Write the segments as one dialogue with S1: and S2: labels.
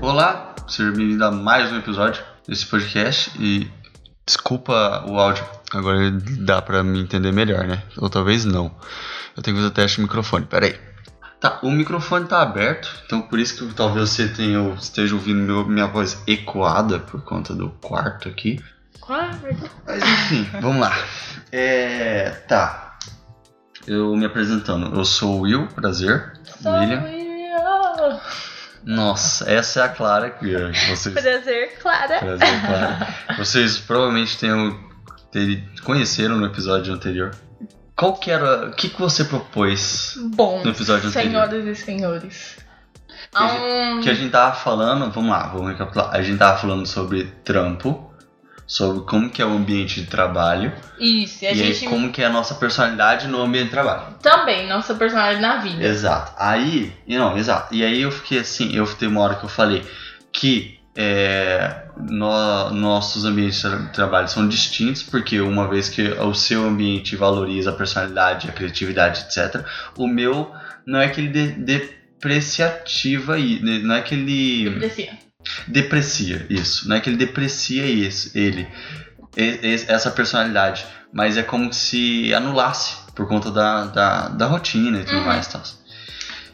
S1: Olá, seja bem-vindo a mais um episódio desse podcast e desculpa o áudio. Agora dá pra me entender melhor, né? Ou talvez não. Eu tenho que fazer teste de microfone, peraí. Tá, o microfone tá aberto, então por isso que talvez você tenha, ou esteja ouvindo meu- minha voz ecoada por conta do quarto aqui.
S2: Quarto.
S1: Mas enfim, vamos lá. É. Tá. Eu me apresentando. Eu sou o Will, prazer. William.
S2: William.
S1: Nossa, essa é a Clara que é, que vocês.
S2: Prazer, Clara.
S1: Prazer, Clara. Vocês provavelmente tenham ter, conheceram no episódio anterior. Qual que era. O que, que você propôs
S2: Bom,
S1: no episódio anterior?
S2: senhoras e senhores. um
S1: a
S2: Ahn,
S1: Que a gente tava falando, vamos lá, vamos recapitular. A gente tava falando sobre trampo, sobre como que é o ambiente de trabalho
S2: Isso,
S1: e,
S2: e a
S1: aí
S2: gente
S1: como que é a nossa personalidade no ambiente de trabalho.
S2: também, nossa personalidade na vida.
S1: Exato. Aí, e não, exato. E aí eu fiquei assim, eu teve uma hora que eu falei que é, no- nossos ambientes de tra- trabalho são distintos, porque uma vez que o seu ambiente valoriza a personalidade, a criatividade, etc., o meu não é aquele de, depreciativa aí, né? não é que ele
S2: Deprecia.
S1: deprecia isso, não é que ele deprecia isso, ele, e- e- essa personalidade, mas é como se anulasse por conta da, da, da rotina e tudo
S2: Uhum.
S1: mais. Tal.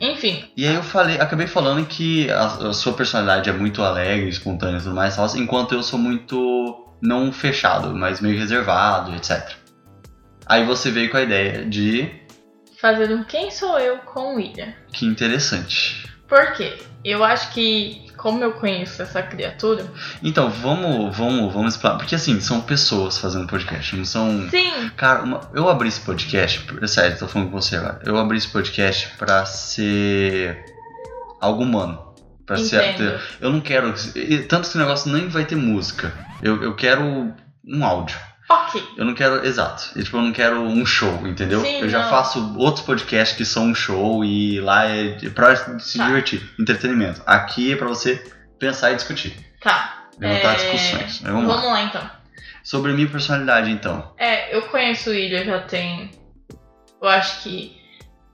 S2: Enfim,
S1: E aí eu falei, acabei falando que a, a sua personalidade é muito alegre, espontânea e tudo mais, tal, enquanto eu sou muito não fechado, mas meio reservado, etc. Aí você veio com a ideia de
S2: fazer um Quem Sou Eu com o William.
S1: que interessante.
S2: Por quê? Eu acho que, como eu conheço essa criatura,
S1: Então, vamos, vamos, vamos explanar. Porque assim, são pessoas fazendo podcast, não são.
S2: sim,
S1: Cara, uma- eu abri esse podcast, por- sério, tô falando com você agora. Eu abri esse podcast pra ser algo humano. Pra ser.
S2: entendo.
S1: Eu não quero. e- Tanto que o negócio nem vai ter música. Eu, eu quero um áudio.
S2: Ok,
S1: Eu não quero. Exato. E, tipo, eu não quero um show, entendeu?
S2: Sim,
S1: eu já
S2: não.
S1: faço outros podcasts que são um show e lá é de- pra se
S2: Tá.
S1: divertir. Entretenimento. Aqui é pra você pensar e discutir.
S2: tá.
S1: Levantar
S2: É,
S1: discussões. Mas vamos
S2: Vamos
S1: lá.
S2: lá então.
S1: Sobre minha personalidade, então.
S2: É, eu conheço o William já tem, eu acho que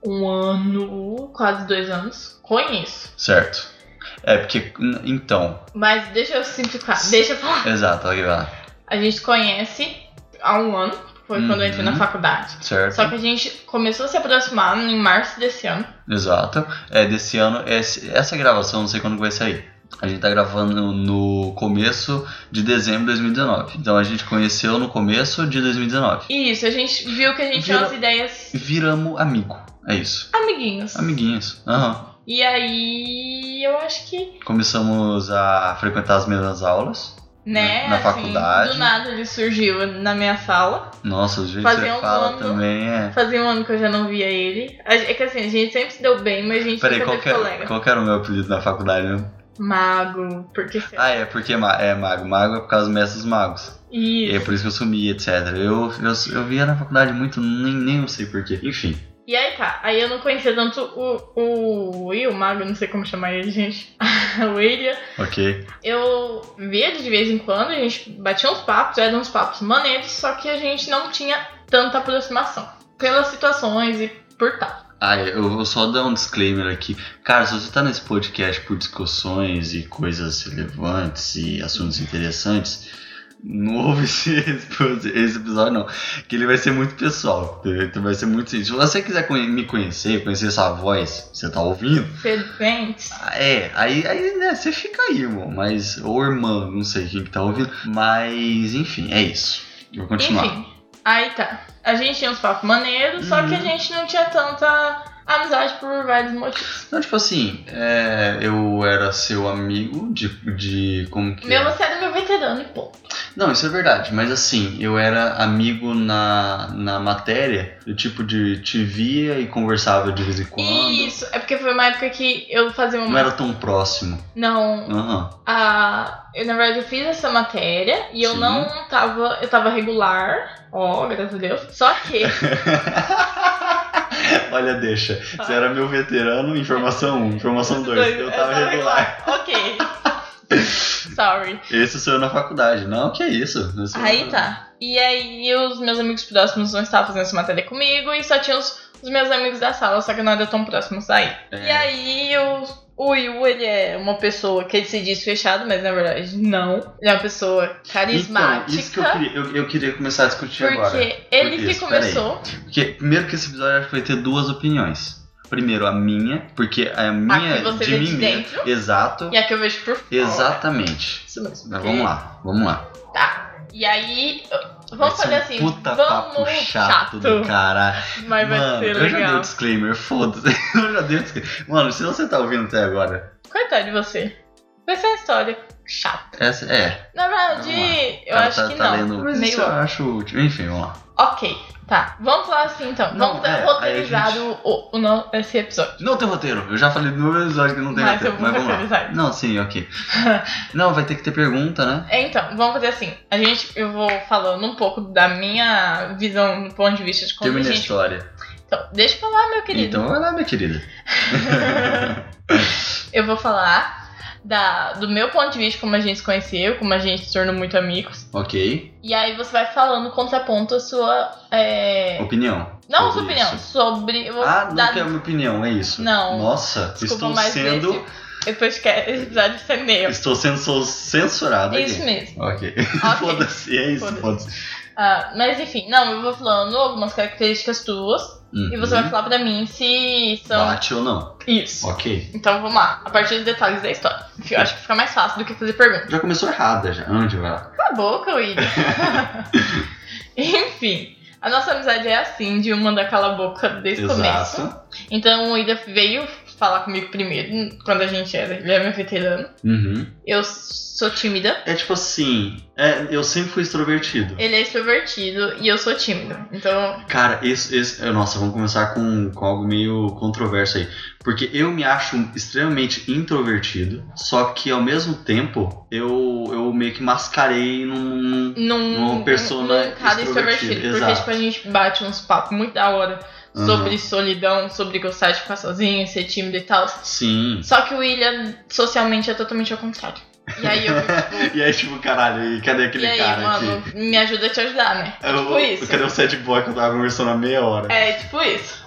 S2: um ano, quase dois anos. Conheço.
S1: Certo. É, porque. n- Então.
S2: Mas deixa eu simplificar, deixa eu falar.
S1: Exato, aqui vai lá.
S2: A gente conhece há um ano, foi quando eu entrei
S1: Uhum.
S2: na faculdade.
S1: Certo.
S2: Só que a gente começou a se aproximar em março desse ano.
S1: Exato. É desse ano. esse- essa gravação, não sei quando vai sair. A gente tá gravando no começo de dezembro de 2019. Então a gente conheceu no começo de 2019.
S2: E isso, a gente viu que a gente tinha
S1: Virou-
S2: umas ideias
S1: Viramos amigo. É isso.
S2: amiguinhos.
S1: Amiguinhos. Aham.
S2: E aí eu acho que,
S1: Começamos a frequentar as mesmas aulas.
S2: né,
S1: Na- na
S2: assim,
S1: faculdade.
S2: do nada ele surgiu na minha sala.
S1: Nossa, o jeito que
S2: Fazer
S1: você
S2: um
S1: fala
S2: ano.
S1: também é.
S2: Fazia um ano que eu já não via ele. A- É que assim, a gente sempre se deu bem, mas a gente
S1: Peraí,
S2: nunca
S1: qual que, é?
S2: teve
S1: era,
S2: colega.
S1: qual que era o meu apelido na faculdade? Né?
S2: Mago, porque sei lá.
S1: Ah, é porque ma- é mago. Mago é por causa dos mestres magos. E é
S2: Isso.
S1: por isso que eu sumi, etc. Eu, eu, eu via na faculdade muito, nem, nem eu sei porquê. Enfim.
S2: E aí tá, aí eu não conhecia tanto o, o Will, o Mago, não sei como chamar ele, gente. o William.
S1: Ok.
S2: Eu via ele de vez em quando, a gente batia uns papos, eram uns papos maneiros, só que a gente não tinha tanta aproximação. Pelas situações e por tal.
S1: Ah, eu vou só dar um disclaimer aqui. Cara, se você tá nesse podcast por discussões e coisas relevantes e assuntos interessantes, não ouve esse, esse episódio, não. Que ele vai ser muito pessoal. entendeu? Vai ser muito. Se você quiser conhe- me conhecer, conhecer essa voz, que você tá ouvindo?
S2: Sedentes.
S1: Ah, É, aí, aí né, você fica aí, irmão. Mas, ou irmã, não sei quem que tá ouvindo. Mas, enfim, é isso. Eu vou continuar.
S2: Enfim, aí tá. A gente tinha uns papos maneiros, só que a
S1: Uhum.
S2: gente não tinha tanta amizade por vários motivos.
S1: Não, tipo assim, é, eu era seu amigo de. de como que. é?
S2: Meu, você era meu veterano e pô.
S1: Não, isso é verdade, mas assim, eu era amigo na, na matéria, eu tipo de te via e conversava de vez em quando.
S2: Isso, é porque foi uma época que eu fazia uma.
S1: Não era tão próximo.
S2: Não,
S1: Aham.
S2: a, Ah, eu, na verdade, eu fiz essa matéria e eu
S1: Sim.
S2: não tava. Eu tava regular. Ó, graças a Deus. Só que.
S1: Olha, deixa. Você era meu veterano, um, informação 1, informação 2.
S2: Dois, é
S1: Eu tava regular.
S2: Ok. Sorry.
S1: Esse sou eu na faculdade. Não, que é isso. eu sou-
S2: Aí tá. E aí os meus amigos próximos não estavam fazendo essa matéria comigo e só tinha os, os meus amigos da sala, só que não era tão próximos aí.
S1: É.
S2: E aí eu O Will, ele é uma pessoa que ele se diz fechado, mas na verdade não. Ele é uma pessoa carismática.
S1: Então, isso que eu queria, eu, eu queria começar a discutir
S2: Porque
S1: agora.
S2: ele
S1: Porque
S2: que
S1: isso,
S2: começou
S1: Porque, primeiro que esse episódio acho que vai ter duas opiniões. Primeiro, a minha, porque é a minha
S2: que você
S1: de
S2: vê
S1: mim
S2: de
S1: mesmo.
S2: dentro.
S1: Exato.
S2: e aqui eu vejo por fora.
S1: Exatamente.
S2: Isso mesmo.
S1: Mas vamos lá, vamos lá.
S2: Tá. E aí,
S1: Vai
S2: vamos
S1: ser
S2: fazer
S1: um
S2: assim.
S1: Puta
S2: vamos
S1: papo chato do caralho.
S2: Mas vai
S1: Mano,
S2: ser
S1: eu já dei o
S2: legal.
S1: disclaimer, foda-se. Eu já dei o disclaimer. Mano, se você tá ouvindo até agora,
S2: Coitado é de você. Vai ser uma história chata.
S1: essa é.
S2: Na verdade,
S1: Vamos lá.
S2: eu
S1: cara
S2: acho
S1: tá,
S2: que
S1: tá
S2: não.
S1: lendo. Mas isso
S2: Meio
S1: eu acho. útil. Enfim, vamos lá.
S2: Ok, tá. Vamos falar assim então.
S1: Não,
S2: Vamos ter
S1: é,
S2: roteirizado
S1: aí a
S2: o, o, no- esse episódio.
S1: Não tem roteiro. Eu já falei no meu episódio que não tem
S2: Mas
S1: roteiro.
S2: eu vou
S1: Mas vamos lá.
S2: roteirizar.
S1: Não, sim, ok. não, vai ter que ter pergunta, né?
S2: É, então, vamos fazer assim. A gente, eu vou falando um pouco da minha visão, do ponto de vista de como
S1: Termina
S2: a
S1: a
S2: gente.
S1: história.
S2: Então, deixa eu falar, meu querido.
S1: Então vai lá, minha querida.
S2: Eu vou falar da, do meu ponto de vista, como a gente se conheceu, como a gente se tornou muito amigos.
S1: ok.
S2: E aí você vai falando contraponto a sua. é,
S1: Opinião.
S2: Não a sua
S1: sobre
S2: opinião,
S1: isso.
S2: sobre. Eu vou
S1: Ah,
S2: dar-
S1: não quer minha opinião, é isso.
S2: Não.
S1: Nossa,
S2: Desculpa,
S1: estou
S2: mas
S1: sendo.
S2: esse, esse podcast- esse episódio é meu.
S1: Estou sendo so- censurado
S2: Isso
S1: aqui.
S2: mesmo.
S1: Ok.
S2: Ok.
S1: Foda-se, é isso.
S2: Foda-se.
S1: Foda-se.
S2: Ah, mas enfim, não, eu vou falando algumas características tuas e você vai
S1: Uhum.
S2: falar pra mim se são
S1: Bate ou não.
S2: isso.
S1: Ok.
S2: Então vamos lá, a partir dos detalhes da história. que Eu acho que fica mais fácil do que fazer pergunta.
S1: Já começou errada, já. Onde vai lá?
S2: Cala a boca, Will. enfim, a nossa amizade é assim, de um mandar cala a boca desde o começo.
S1: Exato.
S2: Então o Ida veio falar comigo primeiro, quando a gente era, ele era meu veterano.
S1: Uhum.
S2: Eu sou tímida,
S1: É tipo assim, é, eu sempre fui extrovertido.
S2: ele é extrovertido e eu sou tímida. Então,
S1: Cara, esse, esse- Nossa, vamos começar com, com algo meio controverso aí. Porque eu me acho extremamente introvertido, só que ao mesmo tempo eu, eu meio que mascarei num. num-
S2: num,
S1: Uma persona
S2: num cara
S1: extrovertida,
S2: extrovertido.
S1: exato.
S2: Porque, tipo, a gente bate uns papos muito da hora
S1: Uhum.
S2: sobre solidão, sobre gostar de ficar sozinho, ser tímido e tal.
S1: Sim.
S2: Só que o William, socialmente, é totalmente ao contrário. E aí eu, tipo,
S1: E aí, tipo, caralho, e cadê aquele
S2: e aí,
S1: cara
S2: mano,
S1: aqui?
S2: me ajuda a te ajudar, né? É tipo isso.
S1: Cadê o sad boy que eu tava conversando há meia hora?
S2: É tipo isso.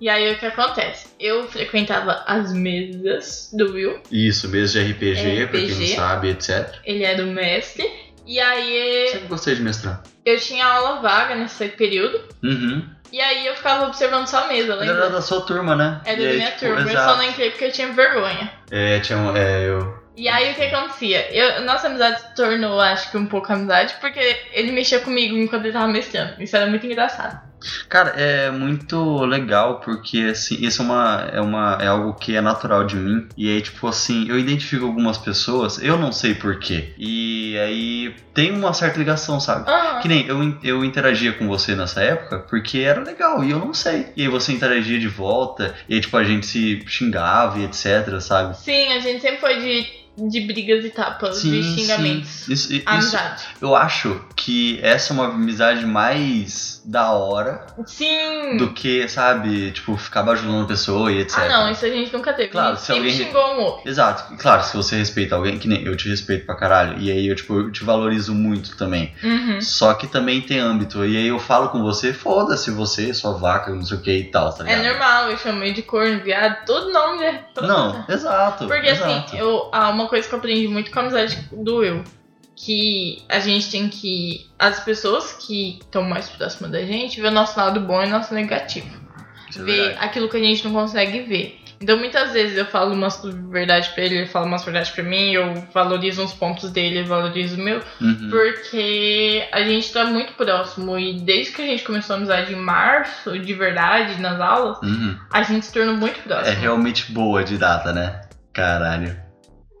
S2: E aí o que acontece? Eu frequentava as mesas do Will,
S1: Isso, mesmo de RPG,
S2: É,
S1: pra quem não
S2: RPG.
S1: sabe, etc.
S2: ele era o mestre, e aí
S1: Sempre gostei de mestrar.
S2: eu tinha aula vaga nesse período,
S1: Uhum.
S2: e aí eu ficava observando só a mesa,
S1: Ele era
S2: lembra?
S1: da sua turma, né? E
S2: Era É da
S1: aí,
S2: minha
S1: tipo,
S2: turma, eu
S1: exato.
S2: só não entrei porque eu tinha vergonha.
S1: É, tinha um. É, eu.
S2: E aí o que acontecia? Eu, nossa amizade se tornou, acho que um pouco amizade, porque ele mexia comigo enquanto ele tava mestrando. Isso era muito engraçado.
S1: Cara, é muito legal porque assim, isso é uma, é uma é algo que é natural de mim. E aí, tipo assim, eu identifico algumas pessoas, eu não sei porquê. E aí tem uma certa ligação, sabe?
S2: Ah,
S1: Que nem eu, in- eu interagia com você nessa época porque era legal e eu não sei. E aí você interagia de volta, e aí, tipo, a gente se xingava e etc, sabe?
S2: Sim, a gente sempre foi de, de brigas e tapas, de xingamentos.
S1: sim. Isso, i- isso,
S2: Amizade.
S1: eu acho que essa é uma amizade mais da hora
S2: Sim!
S1: do que, sabe, tipo, ficar bajulando a pessoa e etc.
S2: Ah não, isso a gente nunca teve.
S1: Claro,
S2: a gente
S1: se
S2: sempre
S1: alguém-
S2: xingou um outro.
S1: Exato, e claro, se você respeita alguém, que nem eu te respeito pra caralho, e aí eu, tipo, eu te valorizo muito também.
S2: Uhum.
S1: Só que também tem âmbito, e aí eu falo com você, foda-se você, sua vaca, não sei o que e tal, tá
S2: É
S1: ligado?
S2: normal, eu chamei de corno, viado, todo nome é. todo-
S1: Não, exato.
S2: Porque
S1: exato.
S2: assim, eu, ah, uma coisa que eu aprendi muito com a amizade do eu, que a gente tem que. As pessoas que estão mais próximas da gente ver o nosso lado bom e o nosso negativo.
S1: Isso é
S2: ver
S1: verdade.
S2: aquilo que a gente não consegue ver. Então muitas vezes eu falo umas verdades pra ele, ele fala umas verdades pra mim, eu valorizo uns pontos dele, eu valorizo o meu.
S1: Uhum.
S2: Porque a gente tá muito próximo e desde que a gente começou a amizade em março, de verdade, nas aulas,
S1: Uhum.
S2: a gente se tornou muito
S1: É
S2: próximo.
S1: realmente boa de data, né? Caralho.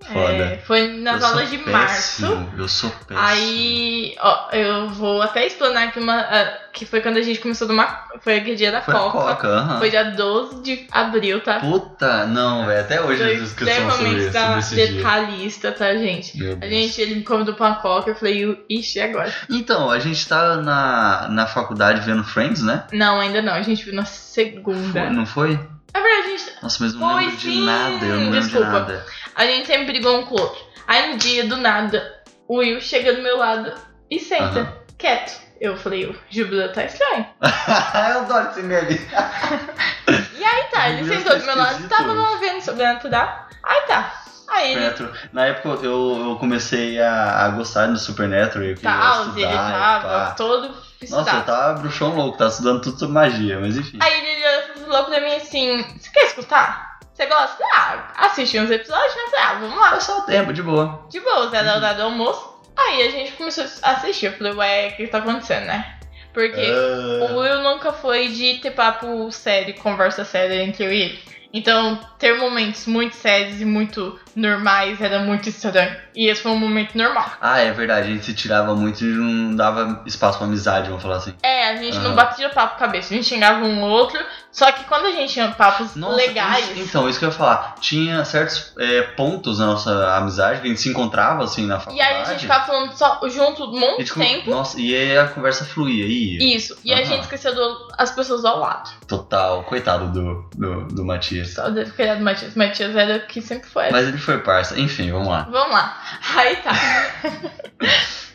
S1: Foda.
S2: É, foi nas
S1: eu sou
S2: aulas de
S1: péssimo,
S2: março.
S1: Eu sou péssimo.
S2: Aí, ó, eu vou até explanar aqui uma. ah, Que foi quando a gente começou numa. Foi aquele dia da
S1: Foi a
S2: Coca.
S1: Coca, aham.
S2: Foi dia 12 de abril, tá?
S1: Puta, não, velho. Até hoje
S2: Foi
S1: eu discussão sobre
S2: extremamente
S1: isso.
S2: da-
S1: Sobre esse dia.
S2: detalhista, tá, gente?
S1: Meu
S2: A
S1: Deus.
S2: gente, ele me convidou pra uma Coca, eu falei, ixi, e agora?
S1: Então, a gente tá na, na faculdade vendo Friends, né?
S2: Não, ainda não, a gente viu na segunda.
S1: Foi- não foi?
S2: Na verdade, a gente
S1: Nossa, mas eu não
S2: Foi,
S1: lembro de
S2: sim!
S1: nada. Eu não lembro
S2: Desculpa.
S1: de nada.
S2: A gente sempre brigou um com o outro. Aí um dia, do nada, o Will chega do meu lado e senta,
S1: Aham.
S2: quieto. Eu falei, o Júbilo tá estranho.
S1: eu adoro esse meme.
S2: Aí tá, ele
S1: Júbilo
S2: sentou
S1: tá
S2: do meu lado,
S1: esquisito
S2: tava
S1: hoje.
S2: lá vendo sobrenatural. Aí tá. Aí ele
S1: Supernatural. Na época eu, eu comecei a, a gostar do Supernatural. Eu queria
S2: tá,
S1: estudar,
S2: ele
S1: e
S2: tava Tá.
S1: pá.
S2: todo
S1: Nossa, eu
S2: excitado.
S1: tava bruxão louco, tava estudando tudo sobre magia, mas enfim.
S2: Aí ele olhou- falou pra mim assim: Você quer escutar? Você gosta? Ah, assisti uns episódios, né? Eu Falei, ah, vamos lá.
S1: Passar o tempo, de boa.
S2: De boa,
S1: Uhum.
S2: era o horário do almoço. Aí a gente começou a assistir. Eu falei, ué, o que tá acontecendo, né? Porque o
S1: Ah,
S2: Will nunca foi de ter papo sério, conversa séria entre eu e ele. Então, ter momentos muito sérios e muito normais era muito estranho. E esse foi um momento normal.
S1: Ah, é verdade, a gente se tirava muito e não dava espaço pra amizade, vamos falar assim.
S2: É, a gente não
S1: Aham.
S2: batia papo cabeça, a gente xingava um outro. Só que quando a gente tinha papos
S1: Nossa,
S2: legais.
S1: isso- então, isso que eu ia falar. Tinha certos é, pontos na nossa amizade que a gente se encontrava assim na
S2: E
S1: faculdade.
S2: aí a gente ficava falando só junto um
S1: A
S2: monte
S1: gente
S2: de
S1: com-
S2: tempo.
S1: Nossa, e aí a conversa fluía, ia.
S2: Isso. E a
S1: Aham.
S2: gente esqueceu do- as pessoas ao lado.
S1: Total, coitado do, do, do Matias.
S2: Só do criado do Matias. Matias era o que sempre foi.
S1: Mas ele foi parça. Enfim, vamos lá.
S2: Vamos lá. Aí tá.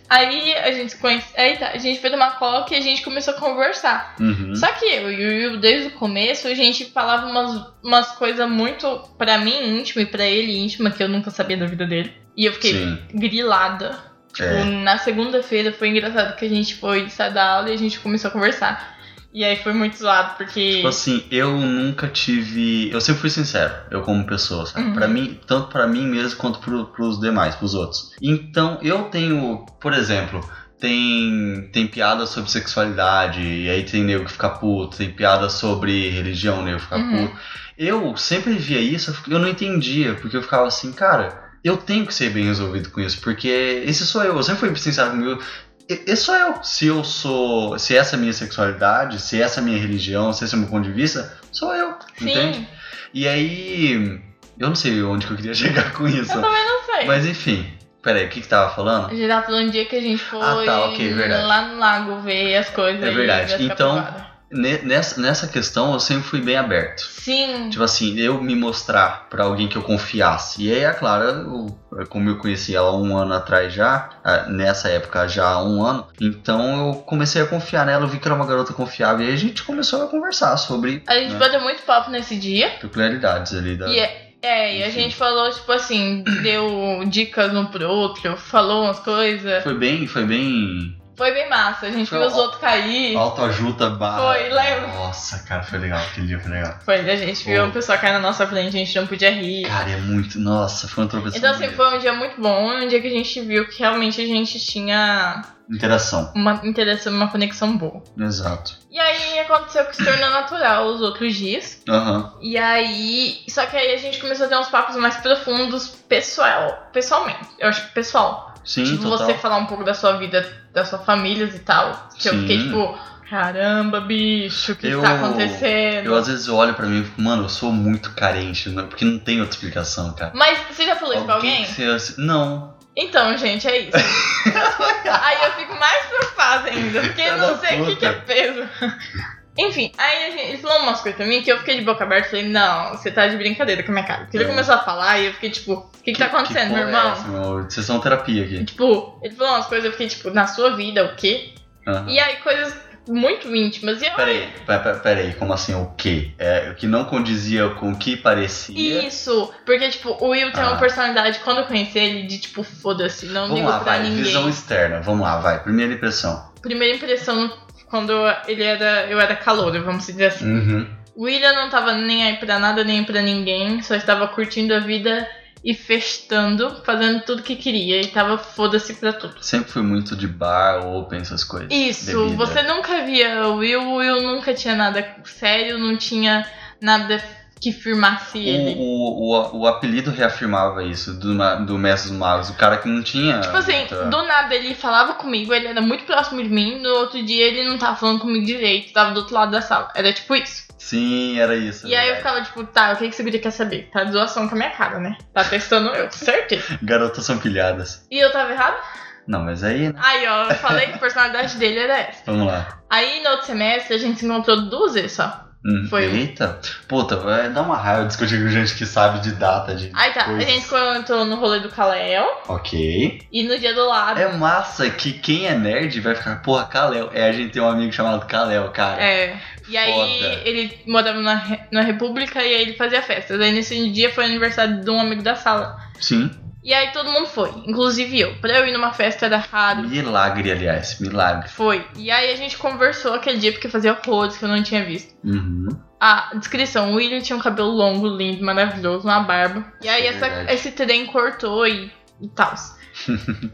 S2: aí a gente se conhece. Aí tá. A gente foi tomar coca e a gente começou a conversar.
S1: Uhum.
S2: Só que eu e o Will, desde o começo, a gente falava umas, umas coisas muito, pra mim, íntima e pra ele íntima, que eu nunca sabia da vida dele. E eu fiquei
S1: Sim.
S2: grilada. Tipo,
S1: É.
S2: na segunda-feira foi engraçado que a gente foi sair da aula e a gente começou a conversar. E aí foi muito zoado, porque.
S1: Tipo assim, eu nunca tive. Eu sempre fui sincero, eu como pessoa, sabe?
S2: Uhum.
S1: Pra mim, tanto pra mim mesmo quanto pro, pros demais, pros outros. Então, eu tenho, por exemplo, tem, tem piada sobre sexualidade, e aí tem nego que fica puto, tem piada sobre religião, nego que fica
S2: Uhum.
S1: puto. Eu sempre via isso, eu fi- eu não entendia, porque eu ficava assim, cara, eu tenho que ser bem resolvido com isso, porque esse sou eu, eu sempre fui sincero comigo, e- Esse sou eu. Se eu sou. Se essa é a minha sexualidade, se essa é a minha religião, se esse é o meu ponto de vista, sou eu.
S2: Sim,
S1: Entende? E aí. Eu não sei onde que eu queria chegar com isso.
S2: eu também não sei.
S1: Mas enfim. Peraí, o que que tava falando?
S2: A gente tava falando um dia que a gente foi
S1: Ah, tá, ok, verdade.
S2: lá no lago ver as coisas.
S1: É
S2: e
S1: verdade.
S2: ver as
S1: Então-
S2: capivaras.
S1: Ne- Nessa, nessa questão eu sempre fui bem aberto.
S2: Sim.
S1: Tipo assim, eu me mostrar pra alguém que eu confiasse. E aí a Clara, eu- como eu conheci ela um ano atrás já, ah, nessa época já há um ano, então eu comecei a confiar nela, eu vi que era uma garota confiável. E aí a gente começou a conversar sobre
S2: A gente
S1: né?
S2: bateu muito papo nesse dia.
S1: peculiaridades ali da.
S2: E é, é, e a
S1: Enfim.
S2: gente falou, tipo assim, deu dicas um pro outro, falou umas coisas.
S1: Foi bem, foi bem.
S2: Foi bem massa. A gente
S1: Foi
S2: viu os
S1: ó-
S2: outros cair.
S1: Autoajuda barra.
S2: Foi, lembra?
S1: Nossa, cara, foi legal. Aquele dia foi legal.
S2: Foi, a gente viu
S1: Foi.
S2: o pessoal cair na nossa frente, a gente não podia rir.
S1: Cara, é muito. Nossa, foi uma tropeção.
S2: Então, assim,
S1: bonita.
S2: foi um dia muito bom, um dia que a gente viu que realmente a gente tinha
S1: Interação.
S2: uma interação, uma conexão boa.
S1: Exato.
S2: E aí aconteceu que se tornou natural os outros dias.
S1: Aham.
S2: E aí. Só que aí a gente começou a ter uns papos mais profundos pessoal, pessoalmente. Eu acho que pessoal.
S1: Sim,
S2: tipo,
S1: total.
S2: você falar um pouco da sua vida, da sua família e tal. Que eu
S1: Sim.
S2: fiquei tipo, caramba, bicho, o que
S1: Eu-
S2: está acontecendo?
S1: Eu às vezes eu olho pra mim e fico, mano, eu sou muito carente, né? porque não tem outra explicação, cara.
S2: Mas você já falou isso pra alguém?
S1: que você- Não.
S2: Então, gente, é isso. aí eu fico mais preocupada ainda, porque eu
S1: Filha
S2: não
S1: da
S2: sei o que,
S1: puta.
S2: que é peso. Enfim, aí a gente, ele falou umas coisas pra mim que eu fiquei de boca aberta e falei, não, você tá de brincadeira com a minha cara. Porque ele
S1: É.
S2: começou a falar e eu fiquei tipo, o que, que tá acontecendo,
S1: porra
S2: meu irmão?
S1: É essa, meu irmão? Sessão terapia aqui.
S2: Tipo, ele falou umas coisas, eu fiquei tipo, na sua vida, o quê?
S1: Aham.
S2: E aí coisas muito íntimas. E eu,
S1: Peraí, pe- pe- peraí, como assim o quê? É, o que não condizia com o que parecia.
S2: Isso, porque, tipo, o Will tem
S1: Ah.
S2: uma personalidade, quando eu conheci ele, de tipo, foda-se, não
S1: Vamos
S2: ligo
S1: lá,
S2: pra
S1: vai.
S2: ninguém.
S1: Visão externa. Vamos lá, vai. Primeira impressão.
S2: Primeira impressão, quando ele era. Eu era calor, vamos dizer assim.
S1: Uhum.
S2: O William não tava nem aí pra nada, nem pra ninguém, só estava curtindo a vida e festando, fazendo tudo que queria, e tava foda-se pra tudo.
S1: Sempre fui muito de bar, open, essas coisas.
S2: Isso,
S1: Bebida.
S2: você nunca via o Will, o Will nunca tinha nada sério, não tinha nada que firmasse
S1: Um,
S2: ele.
S1: O, o, o, o apelido reafirmava isso, do, ma- do Mestre dos Magos. O cara que não tinha.
S2: Tipo assim,
S1: muita-
S2: do nada ele falava comigo, ele era muito próximo de mim, no outro dia ele não tava falando comigo direito, tava do outro lado da sala. Era tipo isso.
S1: Sim, era isso.
S2: E aí eu
S1: verdade.
S2: ficava tipo, tá, o que que esse guri quer saber? Tá de zoação com a minha cara, né? Tá testando eu, certeza.
S1: Garotas são pilhadas.
S2: E eu tava errada?
S1: Não, mas aí. né?
S2: Aí, ó, eu falei que a personalidade dele era essa.
S1: Vamos lá.
S2: Aí no outro semestre a gente se encontrou duas vezes só.
S1: Hum,
S2: Foi.
S1: Eita, puta, vai dar uma raiva discutir com gente que sabe de data de.
S2: Aí tá, a
S1: coisas.
S2: gente entrou no rolê do Kalel
S1: Ok.
S2: e no dia do lado.
S1: É massa que quem é nerd vai ficar, porra, Kalel. É, a gente tem um amigo chamado Kalel, cara.
S2: É. E aí
S1: Foda.
S2: ele morava na, re- na República e aí ele fazia festas. Aí nesse dia foi o aniversário de um amigo da sala.
S1: Sim.
S2: E aí todo mundo foi, inclusive eu. Pra eu ir numa festa era raro.
S1: Milagre, aliás, milagre.
S2: Foi. E aí a gente conversou aquele dia porque fazia horrores que eu não tinha visto.
S1: Uhum.
S2: A descrição, o William tinha um cabelo longo, lindo, maravilhoso, uma barba. E aí
S1: É
S2: essa-
S1: verdade.
S2: esse trem cortou e, e tal.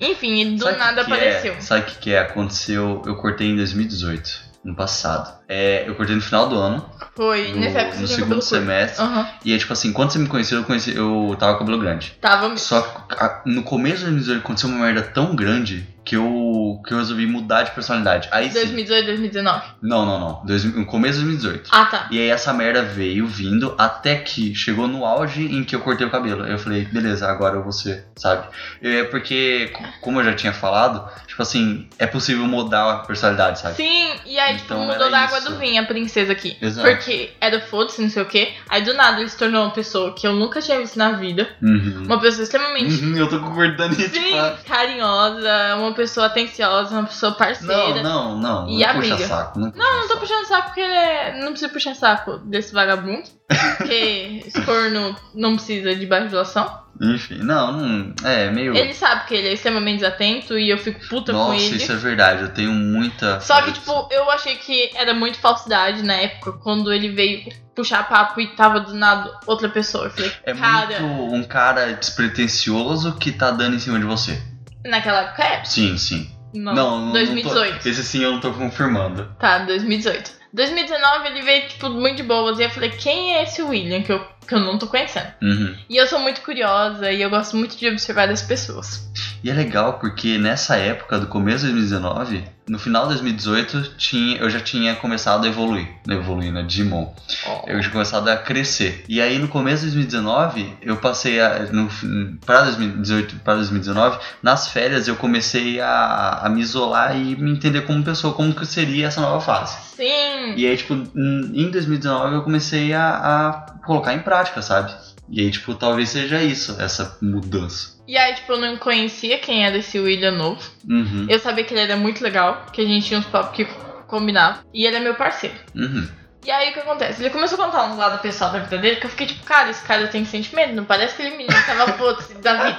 S2: Enfim, e do
S1: Sabe o que
S2: nada
S1: que
S2: apareceu.
S1: É? Sabe o que, que é? Aconteceu. Eu cortei em 2018, no passado. É, eu cortei no final do ano,
S2: Foi,
S1: no,
S2: nessa época
S1: no
S2: você tinha cabelo
S1: segundo
S2: curto.
S1: semestre.
S2: Aham,
S1: E é tipo assim, quando você me conheceu, eu, conheci, eu tava com cabelo grande.
S2: tava mesmo.
S1: Só que a- no começo de 2018 aconteceu uma merda tão grande que eu, que eu resolvi mudar de personalidade. Aí sim.
S2: 2018, 2019.
S1: Não, não, não. Dois, no começo de 2018.
S2: Ah, tá.
S1: E aí essa merda veio vindo até que chegou no auge em que eu cortei o cabelo. Aí Eu falei, beleza, agora eu vou ser, sabe? É porque, co- como eu já tinha falado, tipo assim, é possível mudar a personalidade, sabe?
S2: Sim, e aí, tipo,
S1: Tá. Então
S2: mudou
S1: era
S2: da água
S1: isso.
S2: do vinho a princesa aqui.
S1: Exato.
S2: Porque era foda-se, não sei o quê. Aí do nada ele se tornou uma pessoa que eu nunca tinha visto na vida.
S1: Uhum.
S2: Uma pessoa extremamente
S1: Uhum, eu tô concordando nisso.
S2: sim,
S1: tipo,
S2: carinhosa, uma pessoa atenciosa, uma pessoa parceira.
S1: Não, não, não.
S2: né? E
S1: não
S2: amiga?
S1: puxa saco. Não, puxa
S2: Não tô
S1: saco.
S2: puxando saco porque é- não precisa puxar saco desse vagabundo. Porque esse corno não precisa de bajulação.
S1: Enfim, não, não. É, meio.
S2: Ele sabe que ele é extremamente desatento e eu fico puta com
S1: Nossa,
S2: ele.
S1: isso é verdade. Eu tenho muita.
S2: Só que, tipo, eu achei que era muito falsidade na época, quando ele veio puxar papo e tava do nada outra pessoa. Eu falei,
S1: É
S2: cara,
S1: muito um cara despretensioso que tá dando em cima de você.
S2: naquela época é?
S1: Sim, sim.
S2: Não,
S1: Não, não, não tô-
S2: 2018.
S1: esse sim eu não tô confirmando.
S2: Tá, 2018. 2019 ele veio, tipo, muito de boas. E eu falei, quem é esse William que eu, que eu não tô conhecendo?
S1: Uhum.
S2: E eu sou muito curiosa e eu gosto muito de observar as pessoas.
S1: E é legal porque nessa época do começo de 2019, no final de 2018, tinha, eu já tinha começado a evoluir. Evoluir, né? Digimon.
S2: Ó,
S1: Eu tinha começado a crescer. E aí no começo de 2019, eu passei a. No, pra 2018 para 2019, nas férias eu comecei a, a me isolar e me entender como pessoa, como que seria essa nova fase.
S2: Sim,
S1: E aí, tipo, em 2019 eu comecei a, a colocar em prática, sabe? E aí, tipo, talvez seja isso, essa mudança.
S2: e aí, tipo, eu não conhecia quem era esse William novo.
S1: Uhum.
S2: Eu sabia que ele era muito legal, que a gente tinha uns papos que combinavam. E ele é meu parceiro.
S1: Uhum.
S2: E aí o que acontece? Ele começou a contar um lado pessoal da vida dele, que eu fiquei tipo, cara, esse cara tem sentimento, não parece que ele menino que tava foda-se da vida.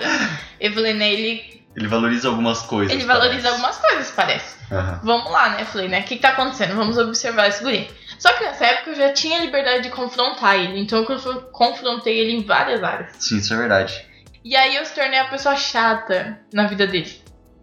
S2: Eu falei, né, ele,
S1: Ele valoriza algumas coisas.
S2: ele valoriza
S1: parece.
S2: algumas coisas, parece.
S1: Aham.
S2: Vamos lá, né? Eu falei, né, o que, que tá acontecendo? Vamos observar esse guri. Só que nessa época eu já tinha liberdade de confrontar ele, então eu conf- confrontei ele em várias áreas.
S1: Sim, isso é verdade.
S2: E aí eu se tornei a pessoa chata na vida dele.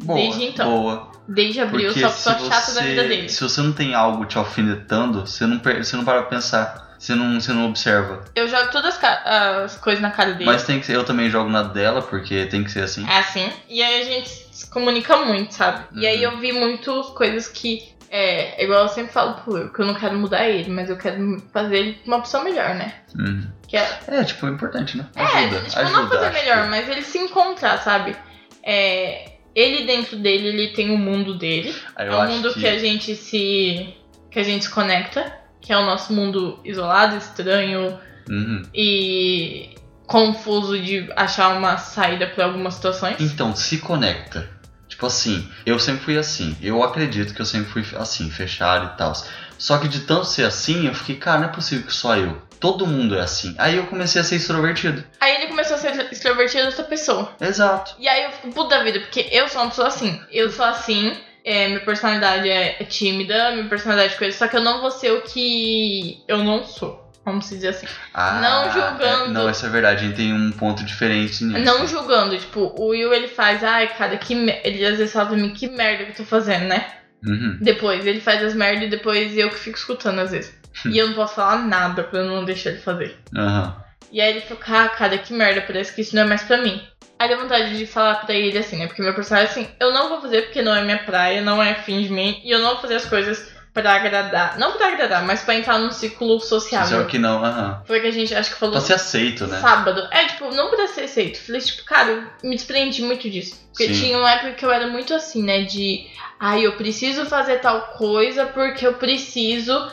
S1: Boa,
S2: Desde então.
S1: boa.
S2: Desde abril, eu
S1: Porque
S2: sou a
S1: se
S2: pessoa chata da vida
S1: você,
S2: dele.
S1: se você não tem algo te alfinetando, você não, per- você não para pra pensar. Você não, você não observa.
S2: Eu jogo todas as, ca- as coisas na cara dele.
S1: Mas tem que ser, eu também jogo na dela, porque tem que ser assim.
S2: É assim. E aí a gente se comunica muito, sabe? E aí
S1: Uhum.
S2: eu vi muito coisas que. É, igual eu sempre falo pro Will, que eu não quero mudar ele, mas eu quero fazer ele uma opção melhor, né?
S1: Uhum.
S2: Que é,
S1: É, tipo, é importante, né?
S2: é,
S1: Ajuda,
S2: tipo,
S1: ajuda.
S2: não fazer
S1: acho.
S2: melhor, mas ele se encontrar, sabe? É, ele dentro dele, ele tem o mundo dele.
S1: Aí
S2: é
S1: eu
S2: o
S1: acho
S2: mundo que...
S1: que...
S2: a gente se. que a gente se conecta, que é o nosso mundo isolado, estranho
S1: Uhum.
S2: e confuso de achar uma saída pra algumas situações.
S1: Então, se conecta. Tipo assim, eu sempre fui assim. Eu acredito que eu sempre fui assim, fechado e tal. Só que de tanto ser assim, eu fiquei, cara, não é possível que só eu. Todo mundo é assim. Aí eu comecei a ser extrovertido.
S2: Aí ele começou a ser extrovertido outra pessoa.
S1: Exato.
S2: E aí eu fico puta da vida, porque eu sou uma pessoa assim. Eu sou assim, é, minha personalidade é, é tímida, minha personalidade é coisa, só que eu não vou ser o que eu não sou. Vamos dizer assim.
S1: Ah,
S2: Não julgando.
S1: é- não, isso é verdade. A gente tem um ponto diferente nisso.
S2: Não julgando, tipo, o Will ele faz, ai cara, que me-" ele às vezes fala pra mim, que merda que eu tô fazendo, né?
S1: Uhum.
S2: Depois ele faz as merdas e depois eu que fico escutando às vezes. e eu não posso falar nada pra eu não deixar ele fazer.
S1: Aham.
S2: E aí ele fica, ah, cara, que merda, parece que isso não é mais pra mim. Aí dá vontade de falar pra ele assim, né? Porque meu personagem é assim, eu não vou fazer porque não é minha praia, não é fim de mim, e eu não vou fazer as coisas pra agradar. Não pra agradar, mas pra entrar num ciclo
S1: Só
S2: sociável.
S1: é que não, aham.
S2: Foi o que a gente acho que falou
S1: Pra ser aceito, né?
S2: sábado. É, tipo, não pra ser aceito. Falei, tipo, cara, eu me desprendi muito disso. Porque
S1: Sim.
S2: tinha uma época que eu era muito assim, né? De ai, eu preciso fazer tal coisa porque eu preciso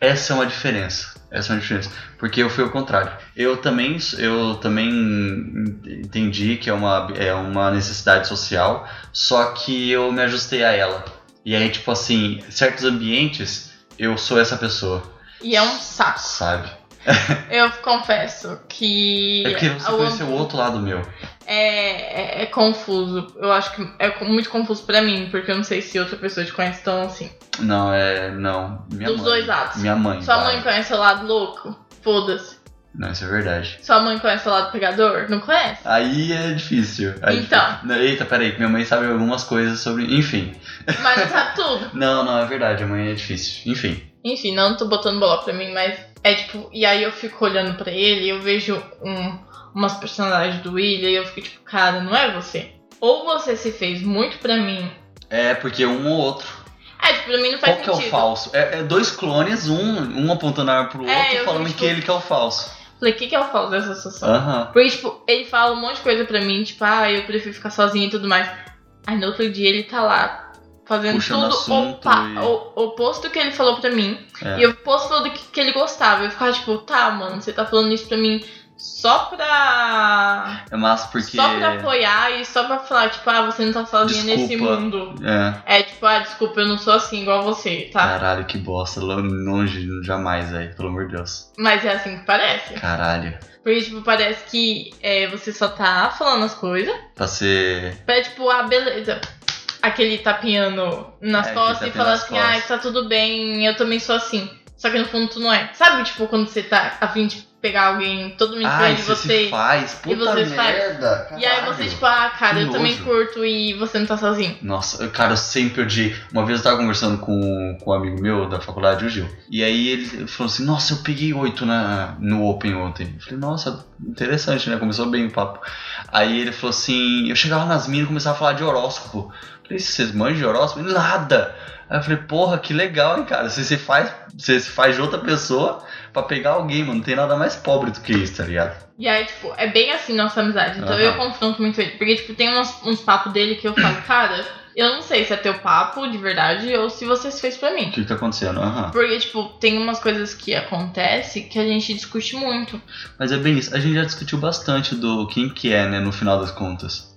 S1: Essa é uma diferença. Essa é uma diferença. Porque eu fui ao contrário. Eu também, eu também entendi que é uma, é uma necessidade social, só que eu me ajustei a ela. E aí, tipo assim, certos ambientes, eu sou essa pessoa.
S2: E é um saco.
S1: Sabe?
S2: Eu confesso que.
S1: É porque você
S2: o
S1: conheceu o outro lado meu.
S2: é, é- é confuso. Eu acho que é co- muito confuso pra mim, porque eu não sei se outra pessoa te conhece tão assim.
S1: Não, é. Não. Minha
S2: Dos
S1: mãe.
S2: dois lados.
S1: Minha mãe.
S2: Sua
S1: vai.
S2: mãe conhece o lado louco? Foda-se.
S1: Não, isso é verdade.
S2: Sua mãe conhece o lado pegador? Não conhece?
S1: Aí é difícil. Aí é
S2: Então.
S1: difícil. Não, Eita, peraí, que minha mãe sabe algumas coisas sobre. Enfim.
S2: Mas não sabe tudo.
S1: Não, não, é verdade, a mãe é difícil. Enfim.
S2: Enfim, não tô botando bola pra mim, mas é tipo. E aí eu fico olhando pra ele e eu vejo um, umas personagens do William e eu fico tipo, cara, não é você. Ou você se fez muito pra mim.
S1: É porque um ou outro.
S2: É, tipo, pra mim não faz
S1: Qual que é o
S2: sentido.
S1: falso? É, é dois clones, um, um apontando a arma pro outro,
S2: É, eu
S1: falando
S2: fico-
S1: que ele que é o falso.
S2: Falei, o que, que é o falso dessa situação?
S1: Aham.
S2: Porque, tipo, ele fala um monte de coisa pra mim, tipo, ah, eu prefiro ficar sozinha e tudo mais. Aí no outro dia ele tá lá fazendo
S1: Puxando
S2: tudo
S1: assunto
S2: opa,
S1: e-
S2: o o oposto do que ele falou pra mim.
S1: É.
S2: E o oposto falou do que, que ele gostava. Eu ficava, tipo, tá, mano, você tá falando isso pra mim só pra.
S1: É massa porque.
S2: Só pra apoiar e só pra falar, tipo, ah, você não tá sozinha nesse
S1: Desculpa.
S2: mundo.
S1: É.
S2: É tipo, ah, desculpa, eu não sou assim igual você, tá?
S1: Caralho, que bosta. Lo- Longe, jamais, aí, pelo amor de Deus.
S2: Mas é assim que parece.
S1: Caralho.
S2: Porque, tipo, parece que é, você só tá falando as coisas.
S1: Pra ser.
S2: Pra, tipo, ah, beleza. Aquele tapinha no- nas
S1: É, aquele
S2: costas e
S1: tapinha
S2: falar
S1: nas
S2: assim,
S1: costas.
S2: ah, tá tudo bem, eu também sou assim. Só que no fundo tu não é. Sabe, tipo, quando você tá a fim de pegar alguém, todo mundo
S1: Ai,
S2: diferente de
S1: você,
S2: você.
S1: se faz. Puta
S2: e você se faz.
S1: merda.
S2: e aí
S1: caralho.
S2: você, tipo, ah, cara,
S1: que
S2: eu também
S1: nojo.
S2: curto e você não tá sozinho.
S1: Nossa, eu- cara, eu sempre odiei. Uma vez eu tava conversando com, com um amigo meu da faculdade, o Gil. E aí ele falou assim: Nossa, eu peguei oito na, no Open ontem. Eu falei: Nossa, interessante, né? Começou bem o papo. Aí ele falou assim: Eu chegava nas minas e começava a falar de horóscopo. Eu falei: Vocês manjam de horóscopo? Ele, Nada! Aí eu falei: Porra, que legal, hein, cara? Você se faz, você se faz de outra pessoa pra pegar alguém, mano. Não tem nada mais pobre do que isso, tá ligado?
S2: E aí, tipo, é bem assim nossa amizade. Então
S1: Aham.
S2: eu confronto muito ele. Porque, tipo, tem uns, uns papos dele que eu falo, cara, eu não sei se é teu papo de verdade ou se você se fez pra mim.
S1: O que que tá acontecendo? Aham.
S2: Porque, tipo, tem umas coisas que acontecem que a gente discute muito.
S1: Mas é bem isso. A gente já discutiu bastante do quem que é, né, no final das contas.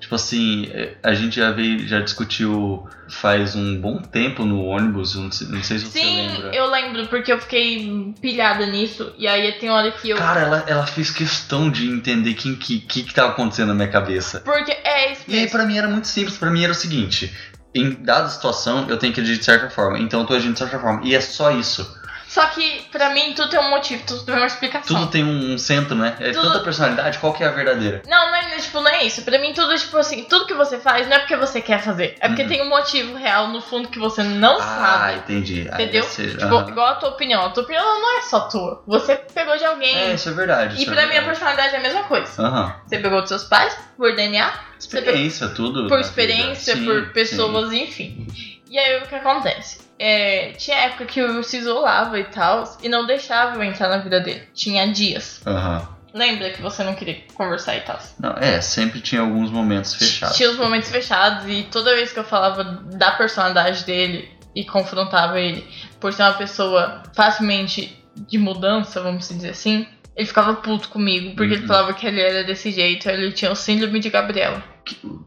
S1: Tipo assim, é, a gente já veio, já discutiu faz um bom tempo no ônibus, eu não sei, não sei se você
S2: Sim,
S1: lembra.
S2: eu lembro, porque eu fiquei pilhada nisso. E aí tem hora que eu.
S1: Cara, ela, ela fez questão de entender quem que, que, que tava acontecendo na minha cabeça.
S2: Porque é isso.
S1: E aí
S2: mesmo.
S1: pra mim era muito simples, pra mim era o seguinte, em dada situação, eu tenho que agir de certa forma, então eu tô agindo de certa forma. E é só isso.
S2: Só que pra mim tudo tem um motivo, tudo tem uma explicação.
S1: Tudo tem um, um centro, né? É
S2: É Tudo-
S1: tanta personalidade, qual que é a verdadeira?
S2: Não, não é, tipo, não é isso. Pra mim, tudo, tipo assim, tudo que você faz não é porque você quer fazer. É porque
S1: Uhum.
S2: tem um motivo real no fundo que você não
S1: Ah,
S2: sabe.
S1: entendi. Aí,
S2: Entendeu?
S1: ou seja,
S2: Tipo,
S1: aham.
S2: igual a tua opinião. A tua opinião não é só tua. Você pegou de alguém.
S1: É, isso é verdade.
S2: e
S1: isso é
S2: pra mim a
S1: verdade.
S2: personalidade é a mesma coisa.
S1: Aham.
S2: Você pegou dos seus pais, por DNA,
S1: Experiência, tudo.
S2: por
S1: na
S2: experiência,
S1: vida. Sim,
S2: por pessoas, enfim. E aí o que acontece? É, tinha época que eu se isolava e tal, e não deixava eu entrar na vida dele. Tinha dias.
S1: sim. Aham.
S2: Lembra que você não queria conversar e tal?
S1: Não, é, sempre tinha alguns momentos fechados.
S2: Tinha um os momentos fechados, e toda vez que eu falava da personalidade dele e confrontava ele por ser uma pessoa facilmente de mudança, vamos dizer assim, ele ficava puto comigo, porque ele
S1: Uhum.
S2: falava que ele era desse jeito, ele tinha o síndrome de Gabriela.